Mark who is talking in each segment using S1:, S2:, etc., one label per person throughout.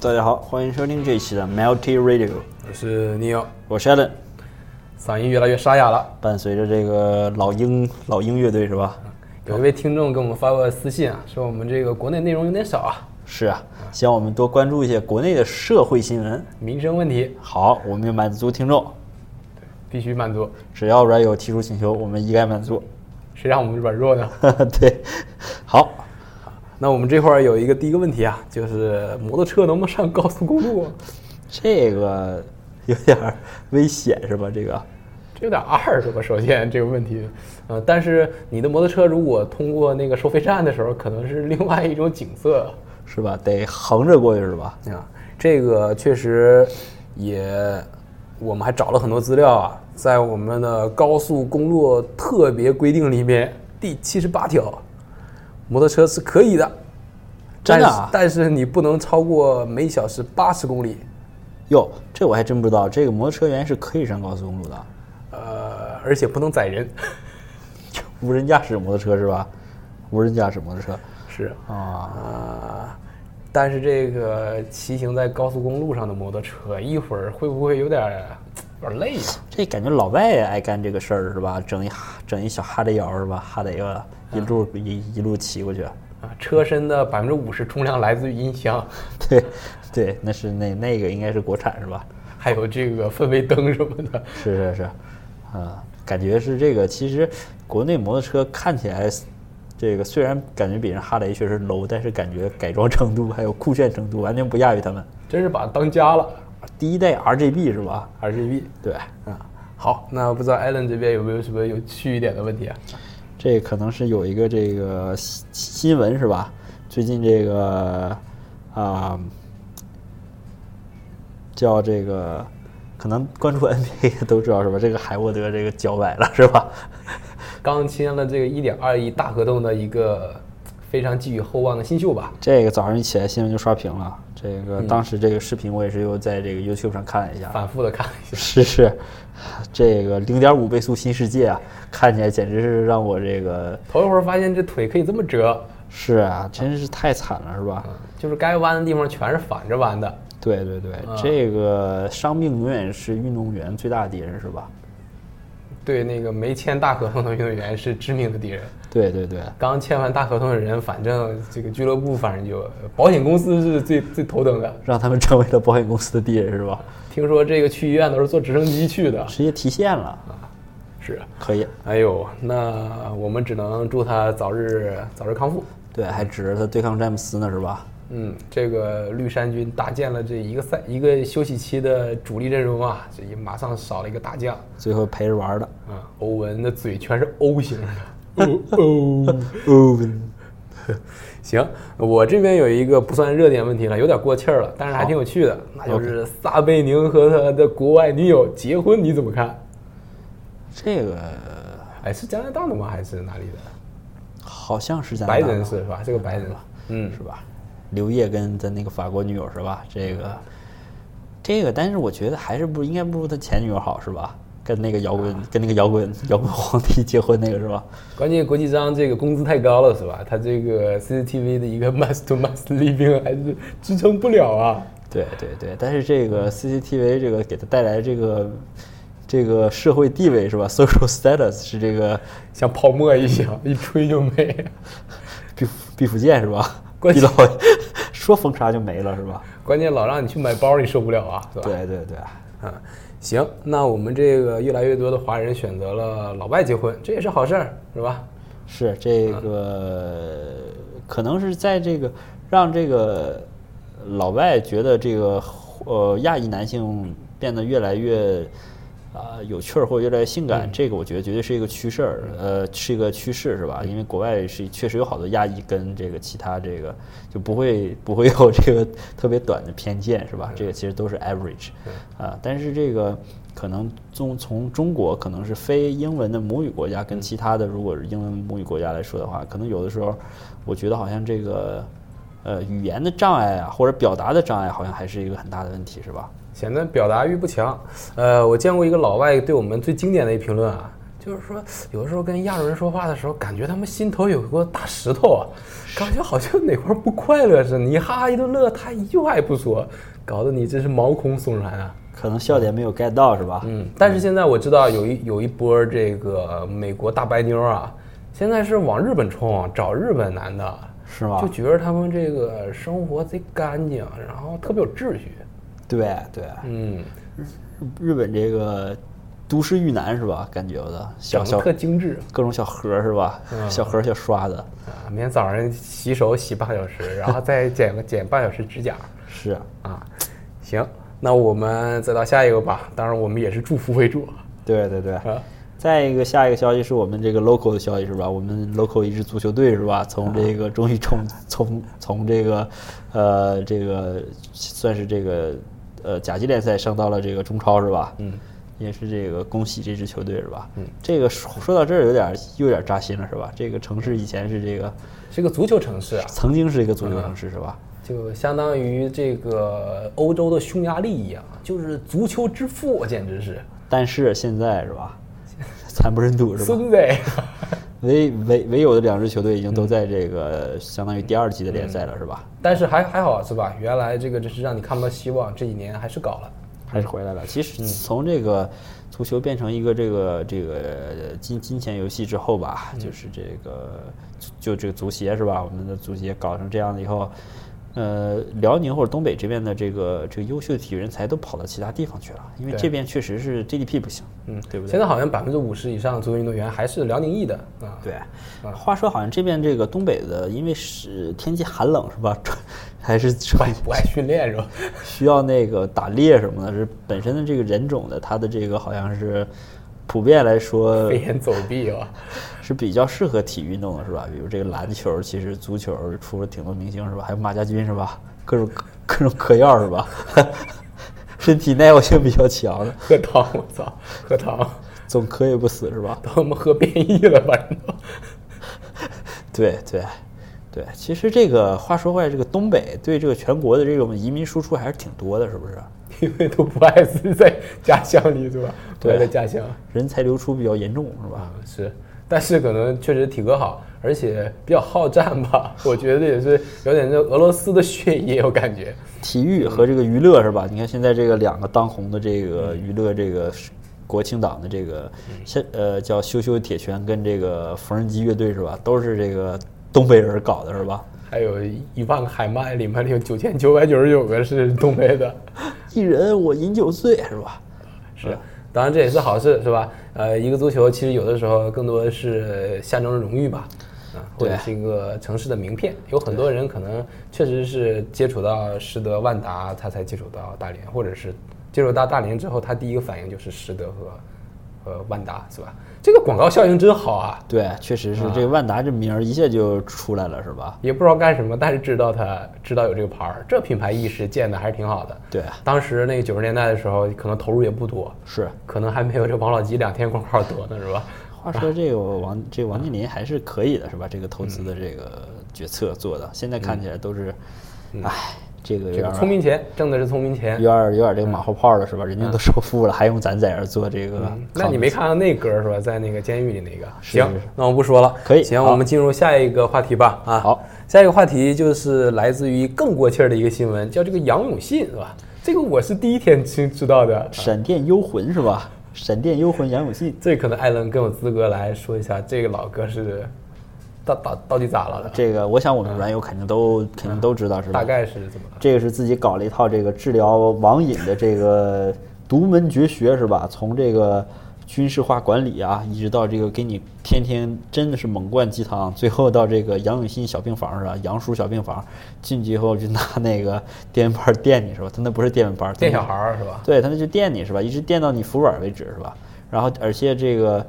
S1: 大家好，欢迎收听这一期的 Melty Radio，
S2: 我是 Neo，
S1: 我是 Allen。
S2: 嗓音越来越沙哑了。
S1: 伴随着这个老鹰老鹰乐队是吧？
S2: 有一位听众给我们发过私信啊，说我们这个国内内容有点少啊，
S1: 是啊，希望我们多关注一些国内的社会新闻。
S2: 民生问题
S1: 好，我们就满足听众，
S2: 必须满足。
S1: 只要软友提出请求，我们一概满足。
S2: 谁让我们软弱呢？
S1: 对，好，
S2: 那我们这块儿有一个第一个问题啊，就是摩托车能不能上高速公路？
S1: 这个有点儿危险是吧？这个
S2: 这有点二是吧？首先这个问题，呃，但是你的摩托车如果通过那个收费站的时候，可能是另外一种景色
S1: 是吧？得横着过去是吧？
S2: 啊。这个确实也，我们还找了很多资料啊，在我们的高速公路特别规定里面第七十八条，摩托车是可以的，
S1: 真的啊
S2: 但是但是你不能超过每小时八十公里。
S1: 哟，这我还真不知道，这个摩托车原来是可以上高速公路的，
S2: 呃，而且不能载人。
S1: 无人驾驶摩托车是吧？无人驾驶摩托车
S2: 是
S1: 啊，
S2: 啊、但是这个骑行在高速公路上的摩托车，一会儿会不会有点儿有点累呀、啊
S1: 这感觉老外也爱干这个事儿是吧？整一哈整一小哈雷摇是吧？哈雷吧，一路一一路骑过去，
S2: 啊？车身的百分之五十重量来自于音箱，
S1: 对对，那是那那个应该是国产是吧？
S2: 还有这个氛围灯什么的。
S1: 是是是，啊、感觉是这个。其实国内摩托车看起来，这个虽然感觉比人哈雷确实 low，但是感觉改装程度还有酷炫程度完全不亚于他们。
S2: 真是把它当家了
S1: 第一代 RGB 是吧？
S2: ，RGB
S1: 对，
S2: 啊。好，那不知道 Allen 这边有没有什么有趣一点的问题啊？
S1: 这可能是有一个这个新新闻是吧？最近这个啊、叫这个，可能关注 NBA 的都知道是吧？这个海沃德这个脚崴了是吧？
S2: 刚签了这个一点二亿大合同的一个非常寄予厚望的新秀吧？
S1: 这个早上一起来新闻就刷屏了，这个当时这个视频我也是又在这个 YouTube 上看了一下，
S2: 反复的看了一下，
S1: 是是， 这个零点五倍速新世界啊，看起来简直是让我这个
S2: 头一会儿发现这腿可以这么折，嗯
S1: 是啊，真是太惨了是吧？
S2: 就是该弯的地方全是反着弯的。
S1: 对对对，这个伤病永远是运动员最大的敌人是吧？
S2: 对，那个没签大合同的运动员是致命的敌人。
S1: 对对对，
S2: 刚签完大合同的人，反正这个俱乐部反正就呃保险公司是最最头等的。
S1: 让他们成为了保险公司的敌人是吧？
S2: 听说这个去医院都是坐直升机去的，
S1: 直接提现了，
S2: 是。
S1: 可以。
S2: 哎呦，那我们只能祝他早日早日康复。
S1: 对，还指着他对抗詹姆斯呢是吧？
S2: 嗯，这个绿衫军搭建了这一个赛一个休息期的主力阵容啊，这也马上少了一个大将
S1: 最后陪着玩儿的。
S2: 啊。欧文的嘴全是 O 型的，哦哦。
S1: 哦，
S2: 行，我这边有一个不算热点问题了，有点过气儿了，但是还挺有趣的，那就是撒贝宁和他的国外女友结婚，你怎么看？
S1: 这个
S2: 哎，是加拿大的吗？还是哪里的？
S1: 好像是加拿
S2: 白
S1: 大
S2: 人
S1: 吧
S2: 是吧？这个白人，嗯，
S1: 是吧？刘烨跟他那个法国女友是吧？这个，这个，但是我觉得还是不应该不如他前女友好是吧？跟那个摇滚，跟那个摇滚摇滚皇帝结婚那个是吧？
S2: 关键国际章这个工资太高了是吧？他这个 CCTV 的一个 mass to mass living 还是支撑不了啊。
S1: 对对对，但是这个 CCTV 这个给他带来这个这个社会地位是吧？Social status 是这个
S2: 像泡沫一样，一吹就没。
S1: 毕毕福剑是吧？
S2: 关
S1: 毕
S2: 键
S1: 老说封杀就没了是吧？
S2: 关键老让你去买包，你受不了啊，是吧？
S1: 对对对，
S2: 啊，行，那我们这个越来越多的华人选择了老外结婚，这也是好事儿，是吧？
S1: 是这个，可能是在这个让这个老外觉得这个呃亚裔男性变得越来越啊、有趣儿或者越来越性感，这个我觉得绝对是一个趋势儿，呃，是一个趋势是吧？因为国外是确实有好多亚裔跟这个其他这个就不会 不会有这个特别短的偏见是吧？这个其实都是 average 啊、但是这个。可能中从中国可能是非英文的母语国家
S2: 嗯
S1: 跟其他的如果是英文母语国家来说的话，可能有的时候我觉得好像这个呃语言的障碍啊或者表达的障碍好像还是一个很大的问题，是吧？
S2: 显得表达欲不强。呃，我见过一个老外对我们最经典的一评论啊，就是说，有的时候跟亚洲人说话的时候，感觉他们心头有一块大石头啊，感觉好像哪块不快乐似的。你哈哈一顿乐，他一句话也不说，搞得你真是毛孔悚然啊。
S1: 可能笑点没有 get 到是吧？
S2: 嗯，但是现在我知道有一有一波这个美国大白妞啊，现在是往日本冲，找日本男的，
S1: 是吗
S2: 就？觉得他们这个生活贼干净，然后特别有秩序。
S1: 对对，
S2: 嗯，
S1: 日本这个都市遇难是吧？感觉的小
S2: 长得
S1: 小
S2: 特嗯精致
S1: 各种小盒儿是吧？小盒儿小刷子
S2: 啊！每天早上洗手洗半小时，然后再剪个剪半小时指甲
S1: 是
S2: 啊。行，那我们再到下一个吧。当然，我们也是祝福为主
S1: 对对对。
S2: 啊。
S1: 再一个，下一个消息是我们这个 local 的消息是吧？我们 local 一支足球队是吧？从这
S2: 啊
S1: 个终于从 从从这个呃这个算是这个呃甲级联赛升到了这个中超是吧？
S2: 嗯，
S1: 也是这个恭喜这支球队是吧？
S2: 嗯，
S1: 这个说说到这儿有点又有点扎心了是吧？这个城市以前是这个
S2: 是个足球城市啊，
S1: 曾经是一个足球城市是吧？
S2: 就相当于这个欧洲的匈牙利一样，就是足球之父，简直是
S1: 但是现在是吧？惨不忍睹是吧？
S2: 孙子。
S1: 唯唯唯有的两支球队已经都在这个相当于第二级的联赛了是吧？
S2: 但是还还好是吧？原来这个真是让你看不到希望，这几年还是搞了。
S1: 还是回来了。其实从这个足球变成一个这个这个呃金金钱游戏之后吧，就是这个就这个足协是吧？我们的足协搞成这样了以后，呃，辽宁或者东北这边的这个这个优秀体育人才都跑到其他地方去了，因为
S2: 对
S1: 这边确实是 GDP 不行，嗯，对不对？
S2: 现在好像百分之五十以上的足球运动员还是辽宁裔的啊。
S1: 对，话说好像这边这个东北的，因为是天气寒冷是吧，还是
S2: 不爱不爱训练是吧？
S1: 需要那个打猎什么的，是本身的这个人种的，它的这个好像是普遍来说
S2: 飞檐走壁啊。
S1: 是比较适合体育运动的，是吧？比如这个篮球，其实足球出了挺多明星，是吧？还有马家军，是吧？各种各种嗑药，是吧？ 身体耐药性比较强的，
S2: 喝汤，我操，喝汤，
S1: 总嗑也不死，是吧？
S2: 都他妈喝变异了，反正都。
S1: 对对对，其实这个话说回来，这个东北对这个全国的这种移民输出还是挺多的，是不是？
S2: 因为都不爱自己在家乡里是吧？不爱在家乡
S1: 人才流出比较严重，是吧？
S2: 啊是，但是可能确实体格好，而且比较好战吧， 我觉得也是有点那俄罗斯的血液，我感觉。
S1: 体育和这个娱乐是吧？你看现在这个两个当红的这个娱乐这个是国庆档的这个，现呃叫羞羞铁拳跟这个缝纫机乐队是吧？都是这个东北人搞的是吧？
S2: 还有一万个海麦里面有九千九百九十九个是东北的，
S1: 一人我饮酒醉是吧？嗯
S2: 是，当然这也是好事，是吧？呃，一个足球其实有的时候更多的是象征荣誉吧，啊，或者
S1: 对
S2: 是一个城市的名片。有很多人可能确实是接触到实德、万达，他才接触到大连，或者是接触到大连之后，他第一个反应就是实德和和万达，是吧？这个广告效应真好啊！
S1: 对，确实是这个万达这名儿一下就出来了是吧？
S2: 也不知道干什么，但是知道他知道有这个牌儿，这品牌意识建的还是挺好的。
S1: 对，
S2: 当时那个九十年代的时候，可能投入也不多，
S1: 是。
S2: 可能还没有这王老吉两天广告多呢，是吧？
S1: 话说这个王这王健林还是可以的是吧？这个投资的这个决策做的，现在看起来都是，唉， 嗯这个有
S2: 这
S1: 点
S2: 个
S1: 儿
S2: 聪明钱挣的是聪明钱
S1: 有。点儿有点儿这个马后炮了是吧？人家都首富了，还用咱在这儿做这个抗？
S2: 嗯那你没看到那歌儿是吧？在那个监狱里那个。
S1: 是
S2: 行
S1: 是是，
S2: 那我不说了。
S1: 可以
S2: 行，
S1: 好
S2: 我们进入下一个话题吧。啊，
S1: 好，
S2: 下一个话题就是来自于更过气儿的一个新闻，叫这个杨永信是吧？这个我是第一天听知道的。
S1: 闪电幽魂是吧？闪电幽魂杨永信，
S2: 这可能艾伦更有资格来说一下，这个老哥是到到到底咋了的？
S1: 这个我想我们软友肯定都肯定都知道是吧？
S2: 大概是怎么了？
S1: 这个是自己搞了一套这个治疗网瘾的这个独门绝学是吧？从这个军事化管理啊，一直到这个给你天天真的是猛灌鸡汤，最后到这个杨永信小病房是吧？杨叔小病房进去以后就拿那个电蚊拍电你是吧？他那不是电蚊拍，
S2: 电小孩儿是吧？
S1: 对，他那就电你是吧，一直电到你服软为止是吧？然后而且这个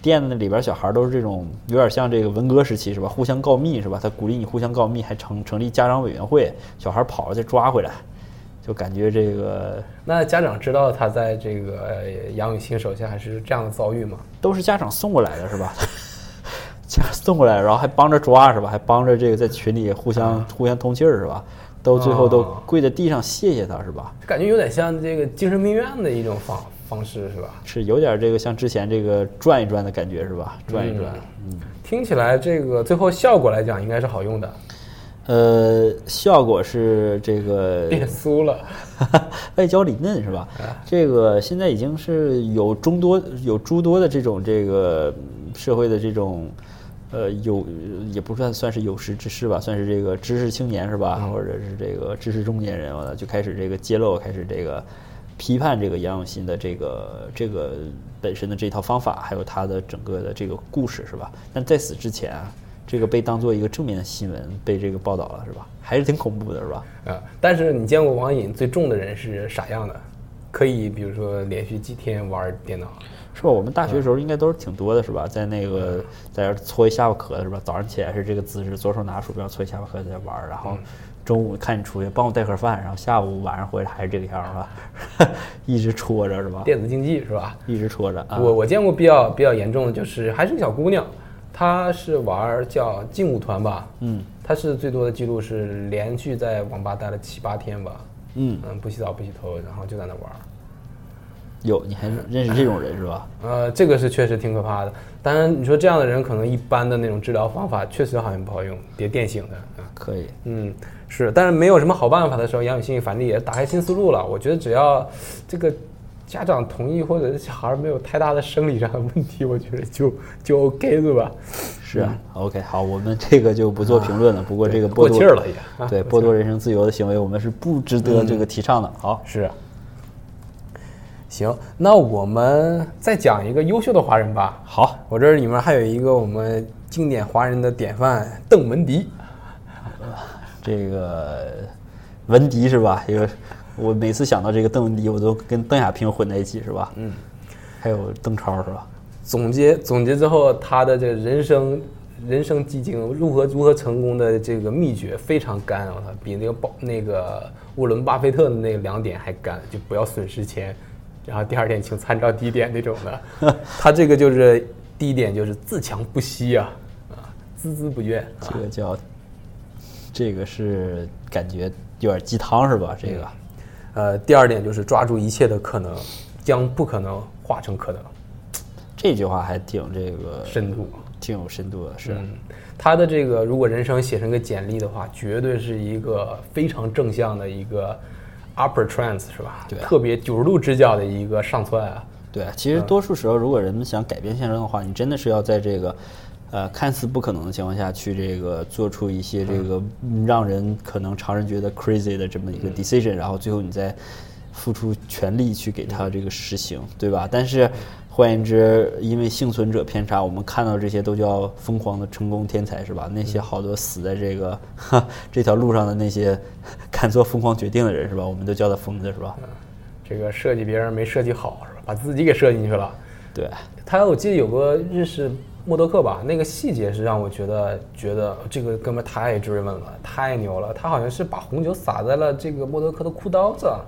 S1: 电的里边小孩儿都是这种有点像这个文革时期是吧，互相告密是吧？他鼓励你互相告密，还成成立家长委员会，小孩儿跑了再抓回来，就感觉这个
S2: 那家长知道他在这个呃杨永信手下还是这样的遭遇吗？
S1: 都是家长送过来的是吧？ 家长送过来，然后还帮着抓是吧？还帮着这个在群里互相互相通气儿是吧？都最后都
S2: 哦
S1: 跪在地上谢谢他是吧？
S2: 感觉有点像这个精神病院的一种方方式是吧？
S1: 是有点这个像之前这个转一转的感觉是吧？转一转，嗯，
S2: 听起来这个最后效果来讲应该是好用的，
S1: 呃，效果是这个
S2: 变酥了，
S1: 外焦里嫩是吧？这个现在已经是有众多有诸多的这种这个社会的这种。呃，有也不算算是有识之士吧，算是这个知识青年是吧？或者是这个知识中年人，完了就开始这个揭露，开始这个批判这个杨永信的这个这个本身的这套方法，还有他的整个的这个故事是吧？但在此之前啊，这个被当做一个正面的新闻被这个报道了是吧？还是挺恐怖的是吧？
S2: 啊！但是你见过网瘾最重的人是啥样的？可以比如说连续几天玩电脑。
S1: 是吧？我们大
S2: 嗯
S1: 学时候应该都是挺多的，是吧？在那个在这搓一下巴壳，是吧？早上起来是这个姿势，左手拿鼠标搓一下巴壳在玩儿，然
S2: 嗯
S1: 后中午看你出去帮我带盒饭，然后下午晚上回来还是这个样儿，是 吧？一直戳着是吧？
S2: 电子竞技是吧？
S1: 一直戳着啊！
S2: 我我见过比较比较严重的就是还是个小姑娘，她是玩儿叫劲舞团吧，
S1: 嗯
S2: 她是最多的记录是连续在网吧待了七八天吧，
S1: 嗯，
S2: 嗯，不洗澡不洗头，然后就在那玩儿。
S1: 有你还认识这种人是吧？
S2: 呃，这个是确实挺可怕的。当然，你说这样的人，可能一般的那种治疗方法确实好像不好用，别电醒他啊。
S1: 可以，
S2: 嗯，是，但是没有什么好办法的时候，杨永信反正也打开新思路了。我觉得只要这个家长同意，或者是小孩儿没有太大的生理上的问题，我觉得就就 OK 对吧？
S1: 是啊，OK，好，我们这个就不做评论了。不过这个
S2: 啊过
S1: 剥
S2: 气
S1: 夺
S2: 儿了嗯也啊
S1: 对剥夺人身自由的行为，我们是不值得这个提倡的。好，
S2: 是。行，那我们再讲一个优秀的华人吧。
S1: 好，
S2: 我这里面还有一个我们经典华人的典范邓文迪。
S1: 这个文迪是吧？这个我每次想到这个邓文迪，我都跟邓亚萍混在一起是吧？嗯，还有邓超是吧？
S2: 总结总结之后，他的这个人生人生基金如何如何成功的这个秘诀非常干，我操，比那个鲍那个沃伦巴菲特的那两点还干，就不要损失钱，然后第二点请参照第一点那种的。他这个就是第一点就是自强不息啊，啊，孜孜不倦。啊
S1: 这个叫这个是感觉有点鸡汤是吧？这个
S2: 呃，第二点就是抓住一切的可能，将不可能化成可能，
S1: 这句话还挺这个
S2: 深度。
S1: 挺有深度的，是
S2: 嗯，他的这个如果人生写成个简历的话，绝对是一个非常正向的一个 upper trends 是吧？
S1: 对
S2: 特别九十度直角的一个上窜啊。
S1: 对，其实多数时候，如果人们想改变现状的话，你真的是要在这个，呃，看似不可能的情况下去这个做出一些这个嗯让人可能常人觉得 crazy 的这么一个 decision，、然后最后你再付出全力去给它这个实行，对吧？但是换言之，因为幸存者偏差，我们看到这些都叫疯狂的成功天才，是吧？那些好多死在这个 哈这条路上的那些 敢做疯狂决定的人，是吧？我们都叫他疯子，是吧？
S2: 这个设计别人没设计好是吧？把自己给设进去了。
S1: 对，啊
S2: 他我记得有个日式默多克吧，那个细节是让我觉得觉得这个哥们儿太 driven 了，太牛了。他好像是把红酒洒在了这个默多克的裤刀子，啊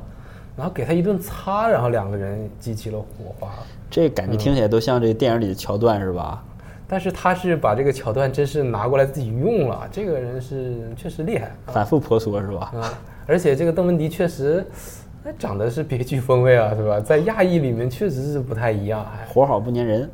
S2: 然后给他一顿擦，然后两个人激起了火花。
S1: 这感觉听起来都像这电影里的桥段是吧？
S2: 但是他是把这个桥段真是拿过来自己用了，这个人是确实厉害
S1: 反复婆娑是吧？
S2: 啊！而且这个邓文迪确实，哎长得是别具风味啊，是吧？在亚裔里面确实是不太一样，哎
S1: 活好不粘人，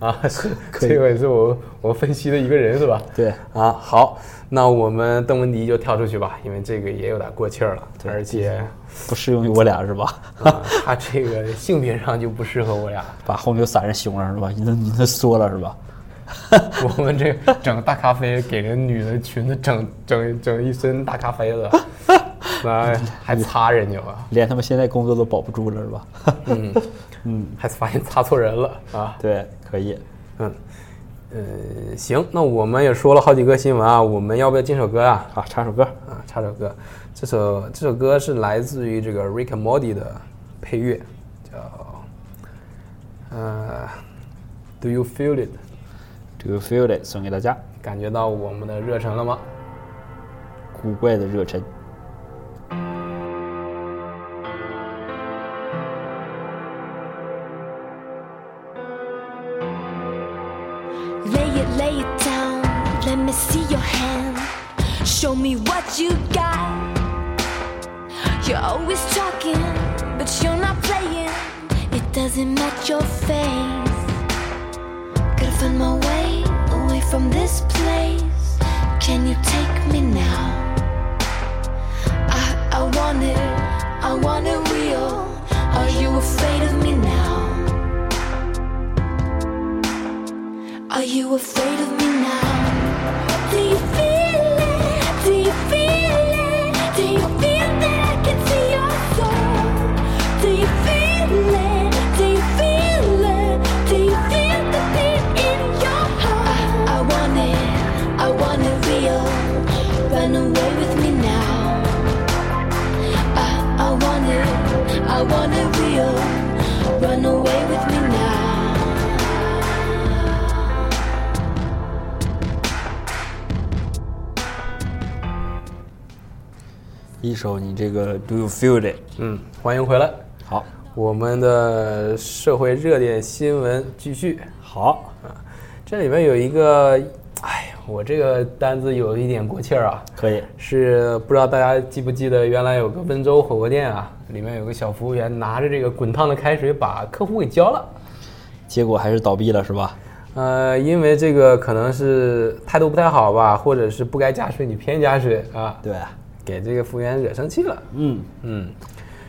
S2: 啊，是这个也是我我分析的一个人是吧？
S1: 对，
S2: 啊，好，那我们邓文迪就跳出去吧，因为这个也有点过气儿了，而且、
S1: 不适用于我俩是吧？
S2: 啊、他这个性别上就不适合我俩，
S1: 把红牛撒人胸上是吧？你都你都缩了是吧？
S2: 我们这整大咖啡给人女的裙子整整整一身大咖啡了， 那还擦人家吧？
S1: 连他们现在工作都保不住了是吧？
S2: 嗯嗯，还发现擦错人了啊？
S1: 对，可以。
S2: 嗯，呃，行，那我们也说了好几个新闻啊，我们要不要进首歌啊？
S1: 好，插首歌。
S2: 啊，插首歌，这首这首歌是来自于这个 Rick and Morty 的配乐，叫呃，Do you feel it？
S1: Do you feel it？送给大家，
S2: 感觉到我们的热忱了吗？
S1: 古怪的热忱。
S3: Lay it, lay it down. Let me see your hand. Show me what you got. You're always talking, but you're not playing. doesn't match your face. Gotta find my way away from this place. Can you take me now? I I want it, I want it real. Are you afraid of me now? Are you afraid of me now? Do you feel it? Do you feel it? Do you feel that I can see your soul? Do you feel it? Do you feel it? Do you feel the beat in your heart? I want it, I want it real. Run away with me now. I I want it, I want it real. Run away with me now.
S1: 一首你这个 Do you feel it？
S2: 嗯，欢迎回来，
S1: 好，
S2: 我们的社会热点新闻继续。啊
S1: 好，
S2: 这里面有一个，哎，我这个单子有一点过气儿啊，
S1: 可以，
S2: 是不知道大家记不记得，原来有个温州火锅店啊，里面有个小服务员拿着这个滚烫的开水把客户给浇了。
S1: 结果还是倒闭了是吧？
S2: 呃，因为这个可能是态度不太好吧，或者是不该加水你偏加水啊，
S1: 对啊，
S2: 给这个服务员惹生气了。
S1: 嗯，
S2: 嗯，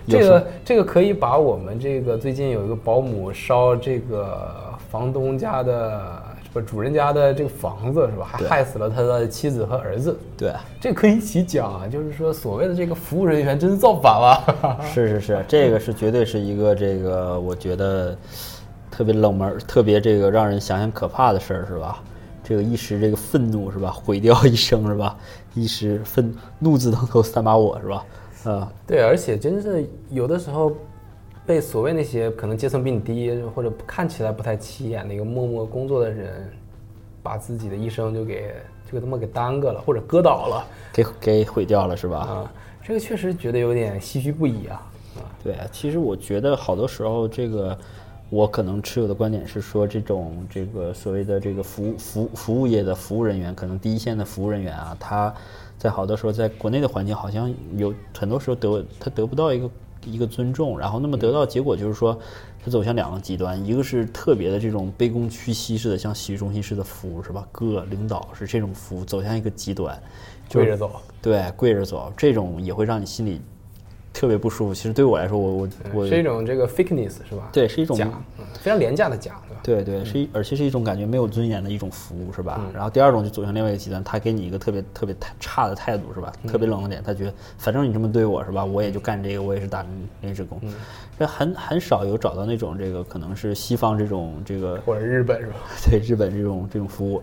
S1: 有
S2: 这
S1: 什
S2: 个这个可以把我们这个最近有一个保姆烧这个房东家的不是主人家的这个房子是吧？还
S1: 对
S2: 害死了他的妻子和儿子。
S1: 对啊，
S2: 这可以一起讲啊，就是说所谓的这个服务人员真是造反 了。
S1: 是是是，这个是绝对是一个这个，我觉得特别冷门儿，特别这个让人想想可怕的事儿是吧？这个一时这个愤怒是吧，毁掉一生是吧？一时愤怒字当头三把火是吧？啊、
S2: 对，而且真是有的时候被所谓那些可能阶层比你低或者看起来不太起眼的一个默默工作的人，把自己的一生就给就给他们给耽搁了，或者搁倒了
S1: 给给毁掉了是吧？
S2: 啊，这个确实觉得有点唏嘘不已啊。
S1: 对，其实我觉得好多时候，这个我可能持有的观点是说，这种这个所谓的这个服务服务服务业的服务人员，可能第一线的服务人员啊，他在好多时候在国内的环境，好像有很多时候得他得不到一个一个尊重，然后那么得到的结果就是说，他走向两个极端，一个是特别的这种卑躬屈膝式的，像洗浴中心式的服务是吧？各领导是这种服务走向一个极端，就
S2: 跪
S1: 是
S2: 着走，
S1: 对，跪着走，这种也会让你心里特别不舒服。其实对我来说，我我我，
S2: 嗯是一种这个 fakeness 是吧？
S1: 对，是一种
S2: 假，嗯非常廉价的假，对吧？
S1: 对对，是一，而且是一种感觉没有尊严的一种服务，是吧？
S2: 嗯
S1: 然后第二种就走向另外一个极端，他给你一个特别特别差的态度，是
S2: 嗯
S1: 吧？特别冷的脸，他觉得反正你这么对我是吧，我也就干这个，我也是打临时工。
S2: 嗯
S1: 这很很少有找到那种这个可能是西方这种这个
S2: 或者日本是吧？
S1: 对日本这种这种服务，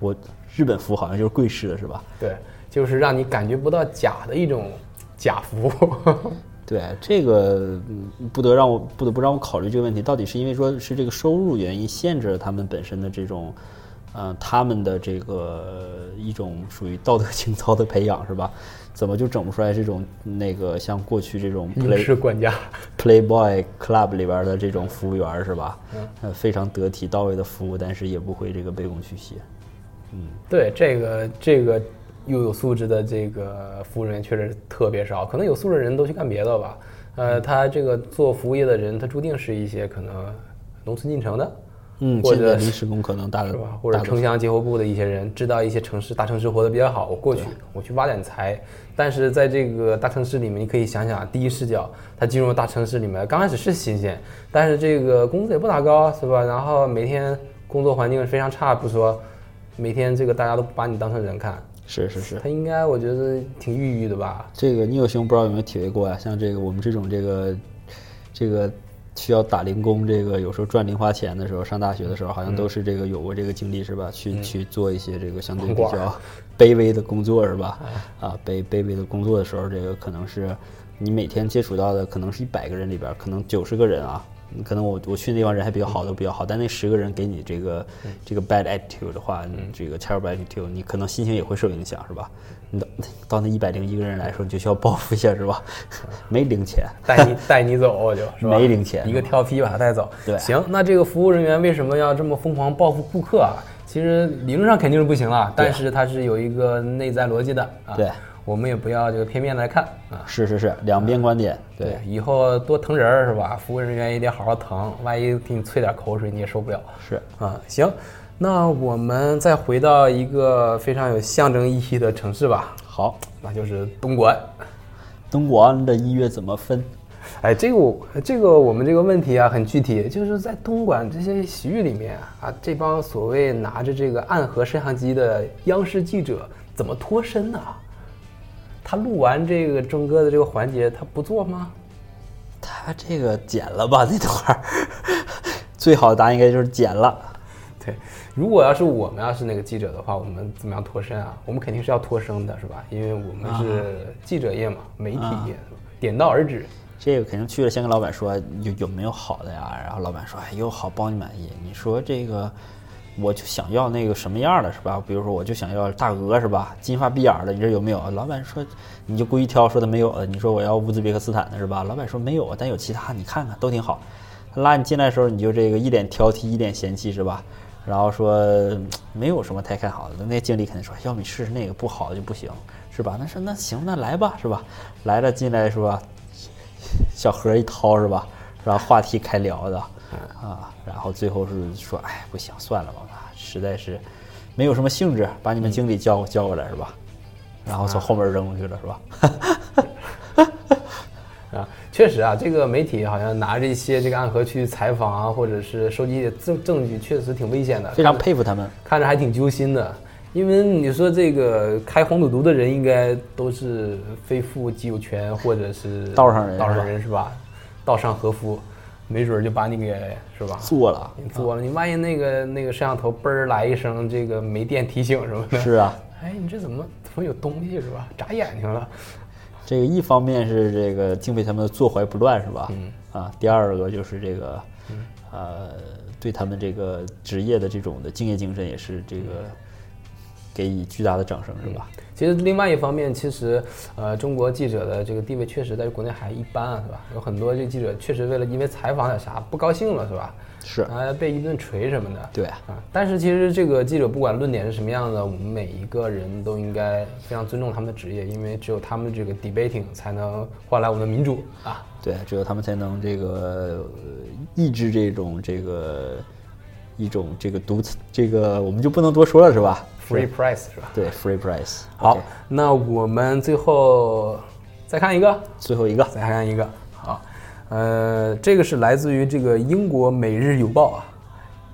S1: 我日本服务好像就是跪式的是吧？
S2: 对，就是让你感觉不到假的一种假服 务。
S1: 对这个嗯不得让我不得不让我考虑这个问题，到底是因为说是这个收入原因限制了他们本身的这种，呃，他们的这个一种属于道德 情操的培养是吧？怎么就整不出来这种那个像过去这种
S2: 影
S1: play
S2: 视管家，
S1: Playboy Club 里边的这种服务员是吧？
S2: 嗯
S1: 呃，非常得体到位的服务，但是也不会这个卑躬屈膝。
S2: 对这个这个又有素质的这个服务人员确实特别少，可能有素质的人都去干别的吧。
S1: 嗯
S2: 呃，他这个做服务业的人，他注定是一些可能农村进城的，
S1: 嗯，
S2: 或
S1: 现在
S2: 者
S1: 临时工可能大的
S2: 是吧？或
S1: 嗯
S2: 者
S1: 大多
S2: 城乡结合部的一些人，知道一些城市大城市活得比较好，我过去我去挖点财。但是在这个大城市里面，你可以想想，第一视角他进入大城市里面，刚开始是新鲜，但是这个工资也不咋高，是吧？然后每天工作环境非常差不说，每天这个大家都不把你当成人看，
S1: 是是是。
S2: 他应该我觉得挺抑郁的吧？
S1: 这个你有兄不知道有没有体会过啊？像这个我们这种这个这个需要打零工，这个有时候赚零花钱的时候，上大学的时候好像都是这个有过这个经历是吧？去、去做一些这个相对比
S2: 网管
S1: 较啊卑微的工作是吧？啊，卑卑微的工作的时候，这个可能是你每天接触到的，可能是一百个人里边儿，可能九十个人啊。嗯可能我我去那地方人还比较好，都比较好，但那十个人给你这个这个 bad attitude 的话，你这个 terrible attitude，你可能心情也会受影响，是吧？你到到那一百零一个人来说，你就需要报复一下，是吧？没零钱，
S2: 带你 带你走，我就是吧
S1: 没零钱
S2: 一个挑批把他带走。
S1: 对
S2: 行，那这个服务人员为什么要这么疯狂报复顾客啊？其实理论上肯定是不行了，但是它是有一个内在逻辑的啊。
S1: 对，
S2: 我们也不要这个片面来看啊。
S1: 是是是，两边观点，
S2: 对
S1: 对，，
S2: 以后多疼人儿是吧？服务人员也得好好疼，万一给你啐点口水你也受不了。
S1: 是
S2: 啊，行，那我们再回到一个非常有象征意义的城市吧，
S1: 好。
S2: 那就是东莞。
S1: 东莞的音乐怎么分？
S2: 哎，这个我这个我们这个问题啊很具体，就是在东莞这些洗浴里面啊，这帮所谓拿着这个暗河摄像机的央视记者怎么脱身呢、他录完这个钟哥的这个环节，他不做吗？
S1: 他这个剪了吧，那段儿 最好的答案应该就是剪了。
S2: 对，如果要是我们要是那个记者的话，我们怎么样脱身啊？我们肯定是要脱身的，是吧？因为我们是记者业嘛，媒体业，点到而止。
S1: 这个肯定去了，先跟老板说有有没有好的呀？然后老板说哎有好，包你满意。你说这个我就想要那个什么样的是吧？比如说我就想要大鹅是吧？金发碧眼儿的，你这有没有？老板说你就故意挑说他没有的。你说我要乌兹别克斯坦的是吧？老板说没有，但有其他，你看看都挺好。他拉你进来的时候，你就这个一脸挑剔，一脸嫌弃是吧？然后说嗯没有什么太看好的，那经理肯定说，要不你试试那个不好的就不行，是吧？那说那行，那来吧，是吧？来了进来是吧？小盒一掏是吧？然后话题开聊的啊，然后最后是说，哎，不行，算了吧，实在是没有什么兴致，把你们经理叫过叫过来是吧？然后从后门扔过去了是吧？
S2: 啊，确实啊，这个媒体好像拿着一些这个暗盒去采访啊，或者是收集一些证证据，确实挺危险的，
S1: 非常佩服他们。
S2: 看着还挺揪心的。因为你说这个开红赌毒的人，应该都是非富即有权，或者是
S1: 道上人
S2: 道
S1: 是
S2: 上
S1: 吧
S2: 人是吧？道上和夫，没准儿就把你给是吧？
S1: 做了，
S2: 你做了，你万一那个那个摄像头嘣儿来一声，这个没电提醒什么的，
S1: 是啊，
S2: 哎，你这怎么怎么有东西是吧？眨眼睛了，
S1: 这个一方面是这个敬佩他们的坐怀不乱是吧？嗯啊，第二个就是这个，呃，对他们这个职业的这种的敬业精神也是这个给予巨大的掌声是吧？
S2: 其实另外一方面，其实呃，中国记者的这个地位确实在国内还一般啊，是吧？有很多这记者确实为了因为采访点啊啥不高兴了，是吧？
S1: 是，
S2: 啊，被一顿锤什么的。
S1: 对啊
S2: 啊，但是其实这个记者不管论点是什么样的，我们每一个人都应该非常尊重他们的职业，因为只有他们这个 debating 才能换来我们的民主啊。
S1: 对，只有他们才能这个呃抑制这种这个一种这个独这个，我们就不能多说了是吧
S2: Free press 是吧？
S1: 对，free price。
S2: 好，那我们最后再看一个，
S1: 最后一个，
S2: 再看一个。好，呃，这个是来自于这个英国《每日邮报》啊，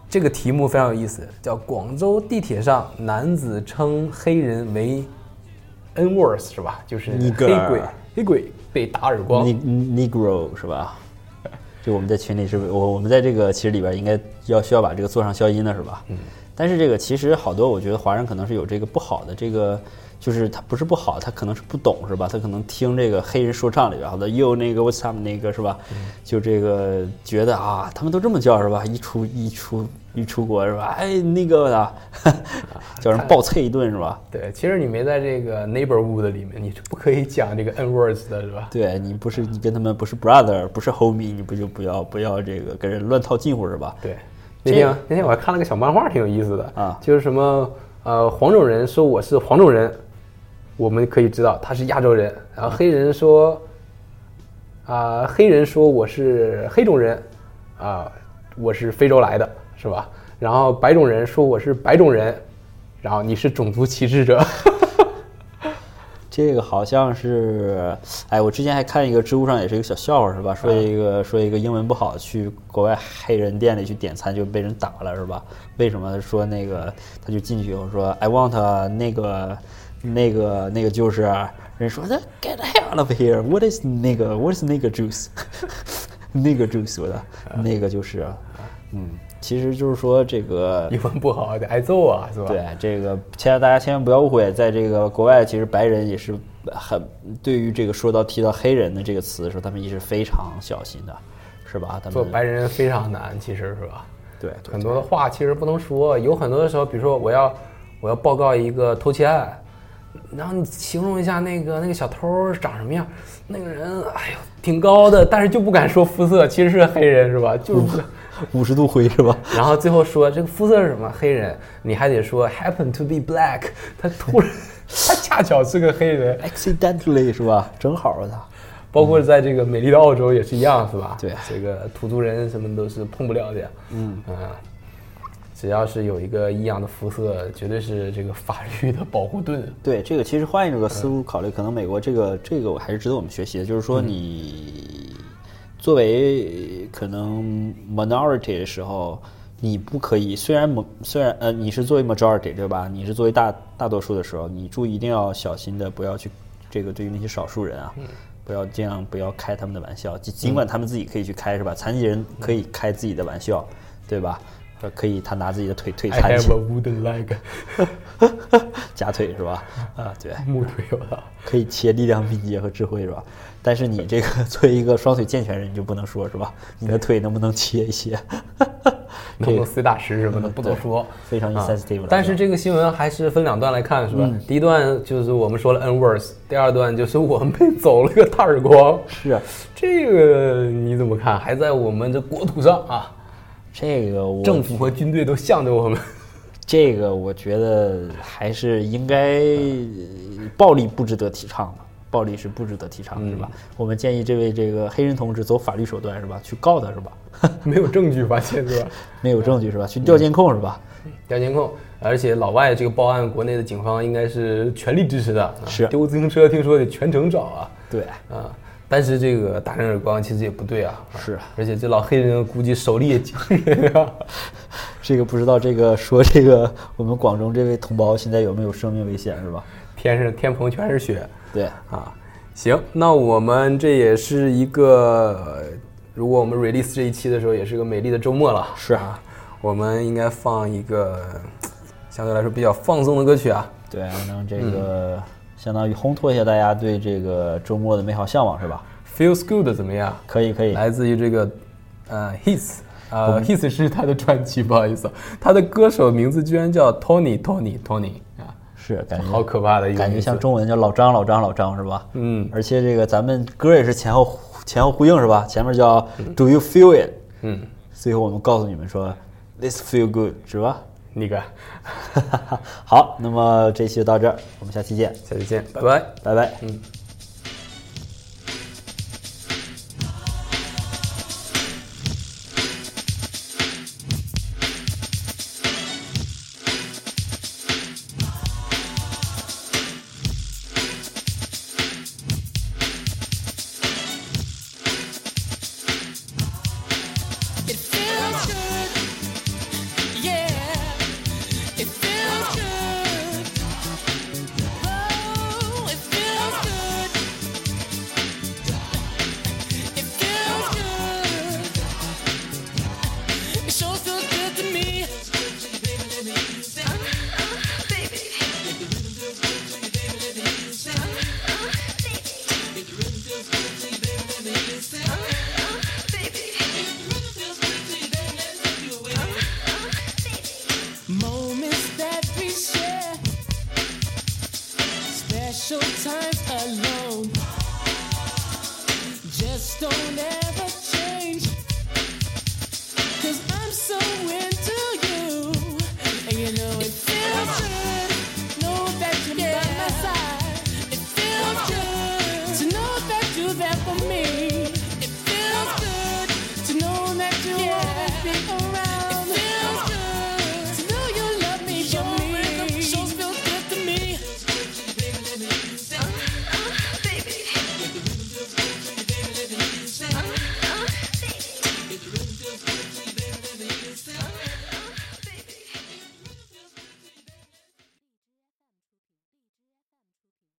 S2: 这个题目非常有意思，叫“广州地铁上男子称黑人为 N words” 是吧？就是
S1: 尼
S2: 黑
S1: 格尔
S2: 鬼，黑鬼被打耳光。
S1: Ne- Negro 是 吧？就我们在群里是不是我我们在这个其实里边应该要需要把这个做上消音的是吧？嗯。但是这个其实好多我觉得华人可能是有这个不好的这个，就是他不是不好，他可能是不懂是吧？他可能听这个黑人说唱里边好的又那个 What's up 那个是吧？
S2: 嗯
S1: 就这个觉得啊，他们都这么叫是吧？一出一出一出国是吧？哎那个的， 叫人暴啐一顿是吧？
S2: 对，其实你没在这个 neighborhood 里面，你是不可以讲这个 N words 的，是吧？
S1: 对你不是你跟他们不是 brother 不是 homie，你不就不要不要这个跟人乱套近乎是吧？
S2: 对，那
S1: 这
S2: 天那天我还看了个小漫画，挺有意思的
S1: 啊
S2: 就是什么呃，黄种人说我是黄种人，我们可以知道他是亚洲人，然
S1: 嗯
S2: 后黑人说啊、黑人说我是黑种人，啊、我是非洲来的，是吧？然后白种人说我是白种人，然后你是种族歧 视者，
S1: 这个好像是，哎，我之前还看一个知乎上也是一个小笑话是吧？说一个、说一个英文不好，去国外黑人店里去点餐就被人打了是吧？为什么说那个他就进去以后说 I want a 那个那个那个就是人说 Get the hell out of here! What is 那个 What is 那个 juice？那个 juice 我的那个就是，嗯，其实就是说这个
S2: 英文不好得挨揍啊，是吧？
S1: 对，这个千万大家千万不要误会，在这个国外，其实白人也是很对于这个说到提到黑人的这个词的时候，他们也是非常小心的，是吧？他们
S2: 做白人非常难，其实是吧？
S1: 对
S2: 很多的话其实不能说，有很多的时候，比如说我要我要报告一个偷窃案，然后你形容一下那个那个小偷长什么样，那个人哎呦挺高的，但是就不敢说肤色，其实是黑人是吧？就是不敢。
S1: 五十度灰是吧？
S2: 然后最后说这个肤色是什么？黑人，你还得说 happen to be black。他突然， 他恰巧是个黑人，
S1: accidentally 是吧？正好啊，他
S2: 包括在这个美丽的澳洲也是一样，是吧？
S1: 对
S2: 这个土著人什么都是碰不了的。嗯只要是有一个异样的肤色，绝对是这个法律的保护盾。
S1: 对这个其实换一个思
S2: 嗯
S1: 路考虑，可能美国这个这个我还是值得我们学习的，就是说你作为可能 minority 的时候，你不可以虽然某虽然呃你是作为 majority 对吧？你是作为大大多数的时候，你注意一定要小心的，不要去这个对于那些少数人
S2: 嗯
S1: 啊。不要这样，不要开他们的玩笑。尽尽管他们自己可以去开，是吧？残疾人可
S2: 嗯
S1: 以开自己的玩笑，对吧？呃，可以，他拿自己的腿腿
S2: I
S1: 残
S2: have
S1: 疾
S2: a wooden leg，
S1: 假腿是吧？啊，对，
S2: 木腿我操。
S1: 可以切力量、敏捷和智慧是吧？ 但是你这个 作为一个双腿健全人，你就不能说是吧？你的腿能不能切一 些？
S2: 能不能碎大石什么的，不多 说，
S1: 非常
S2: 啊
S1: insensitive 了嗯
S2: 但是这个新闻还是分两段来看，是吧？第一段就是我们说了 n words，第二段就是我们被走了个大耳光。
S1: 是啊
S2: 这个你怎么看？还在我们的国土上啊，
S1: 这个我
S2: 政府和军队都向着我们。
S1: 这个我觉得还是应该，呃暴力不值得提倡嘛，暴力是不值得提倡是吧？
S2: 嗯
S1: 我们建议这位这个黑人同志走法律手段是吧？去告他是吧？
S2: 没有证据发现是吧？
S1: 没有证据是吧？
S2: 嗯
S1: 去调监控是吧？
S2: 调监控，而且老外这个报案，国内的警方应该是全力支持的。啊
S1: 是
S2: 丢自行车，听说得全程找啊。
S1: 对，
S2: 啊，但是这个打人耳光其实也不对啊。
S1: 是啊
S2: 而且这老黑人估计手力也 惊人啊。
S1: 这个不知道这个说这个我们广州这位同胞现在有没有生命危险是吧？
S2: 天上天棚全是雪
S1: 对，
S2: 啊！行，那我们这也是一个，呃如果我们 release 这一期的时候，也是个美丽的周末了。
S1: 是
S2: 啊，我们应该放一个呃相对来说比较放松的歌曲啊。
S1: 对，能这个、相当于烘托一下大家对这个周末的美好向往是吧？
S2: Feels good 怎么样？
S1: 可以，可以，
S2: 来自于这个呃 His。呃、h i s 是他的专辑，不好意思，他的歌手名字居然叫 Tony Tony Tony 啊，
S1: 是感觉
S2: 好可怕的一个
S1: 感觉
S2: 名字
S1: 像中文叫老张，老张，老张是吧？
S2: 嗯
S1: 而且这个咱们歌也是前后前后呼应是吧？前面叫 Do you feel it？
S2: 嗯，
S1: 最后我们告诉你们说 This feel good 是吧？
S2: 那个，
S1: 好，那么这期就到这儿，我们下期见，
S2: 下期见，拜拜。
S1: 拜拜。
S2: 嗯。